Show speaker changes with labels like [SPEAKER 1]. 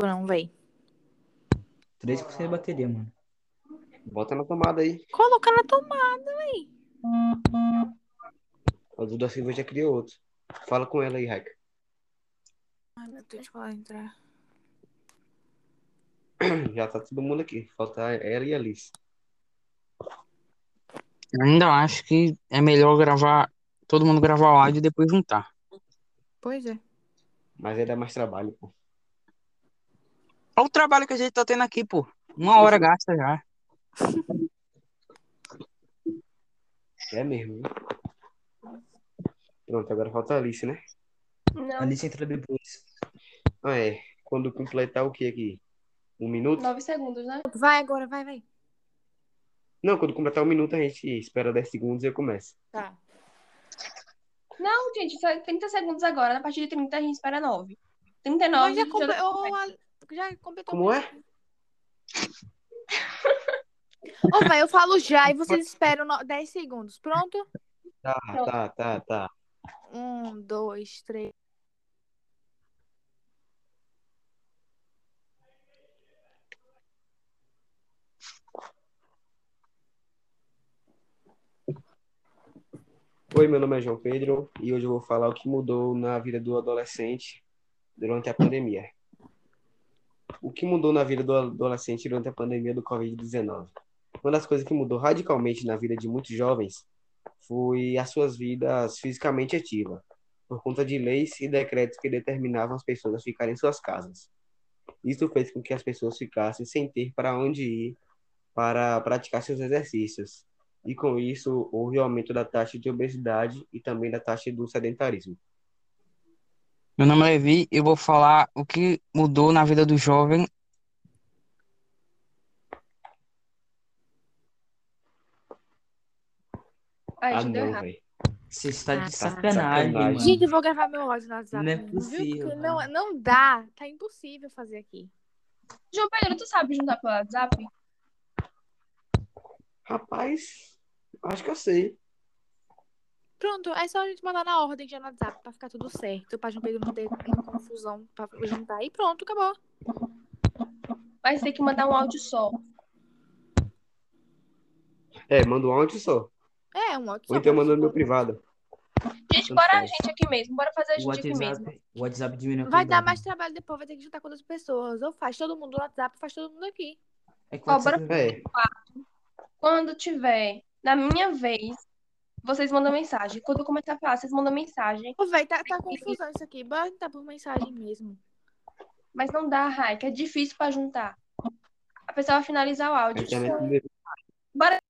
[SPEAKER 1] não, véi.
[SPEAKER 2] 13% de bateria, mano.
[SPEAKER 3] Bota na tomada aí.
[SPEAKER 1] Coloca na tomada.
[SPEAKER 3] O Duda Silva já criou outro. Fala com ela aí, Raika.
[SPEAKER 1] Ai, meu Deus, vai entrar.
[SPEAKER 3] Já tá todo mundo aqui. Falta ela e a Alice.
[SPEAKER 4] Ainda acho que é melhor gravar, todo mundo gravar o áudio e depois juntar.
[SPEAKER 1] Pois é.
[SPEAKER 3] Mas aí dá mais trabalho, pô.
[SPEAKER 4] Olha o trabalho que a gente tá tendo aqui, pô. Uma hora gasta já.
[SPEAKER 3] É mesmo. né? Pronto, agora falta a Alice, né?
[SPEAKER 2] A
[SPEAKER 5] Não,
[SPEAKER 2] Alice entra depois.
[SPEAKER 3] Ah, é. Quando completar o que aqui? Um minuto?
[SPEAKER 5] nove segundos, né?
[SPEAKER 1] Vai agora, vai, vai.
[SPEAKER 3] Não, quando completar um minuto a gente espera 10 segundos e eu começo.
[SPEAKER 1] Tá.
[SPEAKER 5] Não, gente, só 30 segundos agora. A partir de 30 a gente espera 9. 39
[SPEAKER 1] Nós já,
[SPEAKER 5] já-
[SPEAKER 1] comple... é ô, ô, Ale- já completou.
[SPEAKER 3] Como é?
[SPEAKER 1] Ô, vai, eu falo já e vocês esperam no... 10 segundos. Pronto?
[SPEAKER 3] Tá,
[SPEAKER 5] Pronto.
[SPEAKER 3] tá, tá, tá.
[SPEAKER 1] Um, dois, três.
[SPEAKER 3] Oi, meu nome é João Pedro e hoje eu vou falar o que mudou na vida do adolescente durante a pandemia. O que mudou na vida do adolescente durante a pandemia do Covid-19? Uma das coisas que mudou radicalmente na vida de muitos jovens foi as suas vidas fisicamente ativas, por conta de leis e decretos que determinavam as pessoas a ficarem em suas casas. Isso fez com que as pessoas ficassem sem ter para onde ir para praticar seus exercícios e com isso houve aumento da taxa de obesidade e também da taxa do sedentarismo.
[SPEAKER 4] Meu nome é Levi e eu vou falar o que mudou na vida do jovem.
[SPEAKER 5] Aí,
[SPEAKER 3] ah,
[SPEAKER 5] gente, deu
[SPEAKER 3] não,
[SPEAKER 5] errado.
[SPEAKER 3] velho.
[SPEAKER 2] Você está de
[SPEAKER 1] Tá
[SPEAKER 2] sacanagem,
[SPEAKER 3] sacanagem.
[SPEAKER 2] mano.
[SPEAKER 1] Gente, eu vou gravar meu áudio no WhatsApp.
[SPEAKER 2] Não é
[SPEAKER 1] viu? Porque
[SPEAKER 2] possível,
[SPEAKER 1] Não,
[SPEAKER 2] mano.
[SPEAKER 1] não dá. Tá impossível fazer aqui.
[SPEAKER 5] João Pedro, tu sabe juntar pelo WhatsApp?
[SPEAKER 3] Rapaz, acho que eu sei.
[SPEAKER 1] Pronto, é só a gente mandar na ordem já no WhatsApp pra ficar tudo certo. Pra João Pedro não ter uma confusão pra juntar. E pronto, acabou.
[SPEAKER 5] Mas tem que mandar um áudio só.
[SPEAKER 3] É, manda um áudio só.
[SPEAKER 1] É, um áudio.
[SPEAKER 3] Ou então manda no meu privado.
[SPEAKER 5] Gente,
[SPEAKER 3] Tanto
[SPEAKER 5] bora a
[SPEAKER 3] faz.
[SPEAKER 5] gente aqui mesmo. Bora fazer a
[SPEAKER 2] O
[SPEAKER 5] gente aqui mesmo.
[SPEAKER 2] WhatsApp, o WhatsApp diminuiu
[SPEAKER 1] Vai
[SPEAKER 2] a
[SPEAKER 1] dar
[SPEAKER 2] qualidade.
[SPEAKER 1] mais trabalho depois, vai ter que juntar com outras pessoas. Ou faz todo mundo no WhatsApp, faz todo mundo aqui.
[SPEAKER 2] É que o
[SPEAKER 5] Ó,
[SPEAKER 2] WhatsApp-
[SPEAKER 3] É,
[SPEAKER 5] Quando tiver na minha vez, vocês mandam mensagem. Quando eu começar a falar, vocês mandam mensagem.
[SPEAKER 1] Ô, velho, tá, tá confusão isso aqui. Bora tentar por mensagem mesmo.
[SPEAKER 5] Mas não dá, Raika. É difícil pra juntar. A pessoa vai finalizar o
[SPEAKER 3] a
[SPEAKER 5] áudio.
[SPEAKER 3] internet me
[SPEAKER 5] Bora